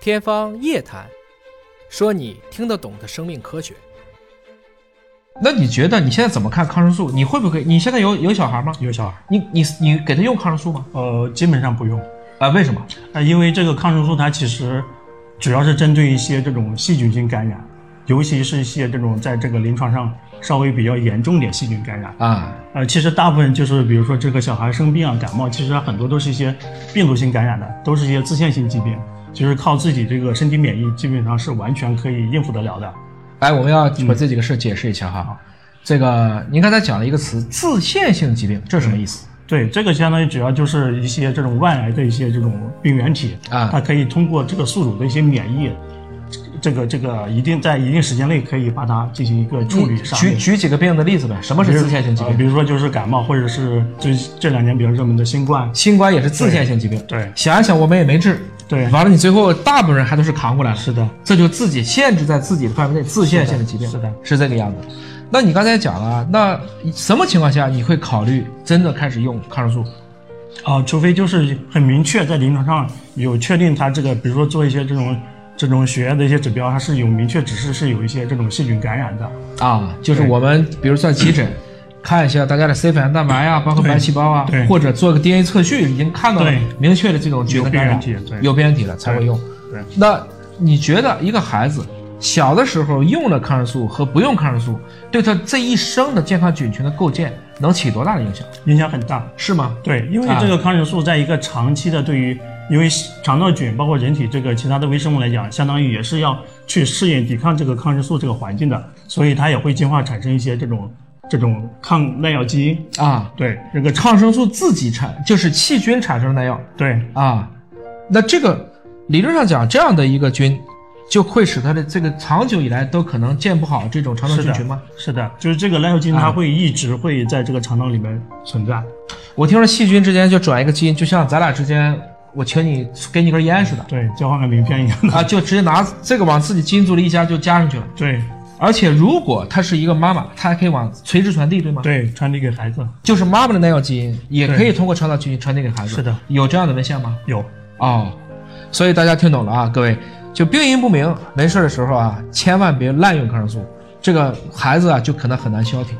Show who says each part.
Speaker 1: 天方夜谭，说你听得懂的生命科学。
Speaker 2: 那你觉得你现在怎么看抗生素？你会不会？你现在有有小孩吗？
Speaker 3: 有小孩，
Speaker 2: 你你你给他用抗生素吗？
Speaker 3: 呃，基本上不用，
Speaker 2: 啊、为什么？
Speaker 3: 呃，因为这个抗生素它其实主要是针对一些这种细菌性感染，尤其是一些这种在这个临床上稍微比较严重点细菌感染。
Speaker 2: 啊，
Speaker 3: 呃，其实大部分就是比如说这个小孩生病啊、感冒，其实很多都是一些病毒性感染的，都是一些自限性疾病，就是靠自己这个身体免疫基本上是完全可以应付得了的。
Speaker 2: 哎，我们要把这几个事解释一下哈。这个您刚才讲了一个词，自限性疾病，这是什么意思？
Speaker 3: 对，这个相当于主要就是一些这种外来的一些这种病原体
Speaker 2: 啊
Speaker 3: 它可以通过这个宿主的一些免疫，这个这个一定在一定时间内可以把它进行一个处理
Speaker 2: 你
Speaker 3: 杀
Speaker 2: 举
Speaker 3: 灭。
Speaker 2: 举几个病的例子呗？什么
Speaker 3: 不
Speaker 2: 是自限性疾病？
Speaker 3: 比如说就是感冒，或者是最这两年比较热门的新冠。
Speaker 2: 新冠也是自限性疾病。
Speaker 3: 对
Speaker 2: 想一想我们也没治，
Speaker 3: 对，
Speaker 2: 完了你最后大部分人还都是扛过来了。
Speaker 3: 是的，
Speaker 2: 这就自己限制在自己的范围内，自限性的疾病
Speaker 3: 是的
Speaker 2: 是这个样子。那你刚才讲了，那什么情况下你会考虑真的开始用抗生素？
Speaker 3: 啊、除非就是很明确在临床上有确定它这个，比如说做一些这种这种血液的一些指标，它是有明确指示是有一些这种细菌感染的。
Speaker 2: 啊，就是
Speaker 3: 对
Speaker 2: 我们比如算急诊，嗯看一下大家的 C 反应蛋白啊，包括白细胞啊
Speaker 3: 对，对
Speaker 2: 或者做个 DNA 测序，已经看到了
Speaker 3: 对
Speaker 2: 明确的这种角色感染
Speaker 3: 有病原体对
Speaker 2: 有病原体了才会用
Speaker 3: 对对。
Speaker 2: 那你觉得一个孩子小的时候用了抗生素和不用抗生素，对他这一生的健康菌群的构建能起多大的影响？
Speaker 3: 影响很大。
Speaker 2: 是吗？
Speaker 3: 对，因为
Speaker 2: 啊
Speaker 3: 这个抗生素在一个长期的对于，因为肠道菌包括人体这个其他的微生物来讲，相当于也是要去适应抵抗这个抗生素这个环境的，所以它也会进化产生一些这种这种抗耐药基因。
Speaker 2: 啊，
Speaker 3: 对，这个
Speaker 2: 抗生素自己产就是细菌产生的耐药
Speaker 3: 对
Speaker 2: 啊。那这个理论上讲，这样的一个菌，就会使它的这个长久以来都可能建不好这种肠道
Speaker 3: 是
Speaker 2: 菌
Speaker 3: 的
Speaker 2: 群吗？
Speaker 3: 是的，就是这个耐药基因
Speaker 2: 啊
Speaker 3: 它会一直会在这个肠道里面存在。
Speaker 2: 我听说细菌之间就转一个基因，就像咱俩之间，我请你给你根烟 似的
Speaker 3: 对，交换个名片一样的。
Speaker 2: 啊，就直接拿这个往自己基因组里一加就加上去了。
Speaker 3: 对
Speaker 2: 而且如果它是一个妈妈，它还可以往垂直传递，对吗？，
Speaker 3: 对，传递给孩子
Speaker 2: 就是妈妈的耐药基因也
Speaker 3: 对
Speaker 2: 可以通过肠道菌传递给孩子。
Speaker 3: 是的，
Speaker 2: 有这样的文献吗？
Speaker 3: 有。
Speaker 2: 哦，所以大家听懂了啊，各位，就病因不明，没事的时候啊，千万别滥用抗生素，这个孩子啊就可能很难消停。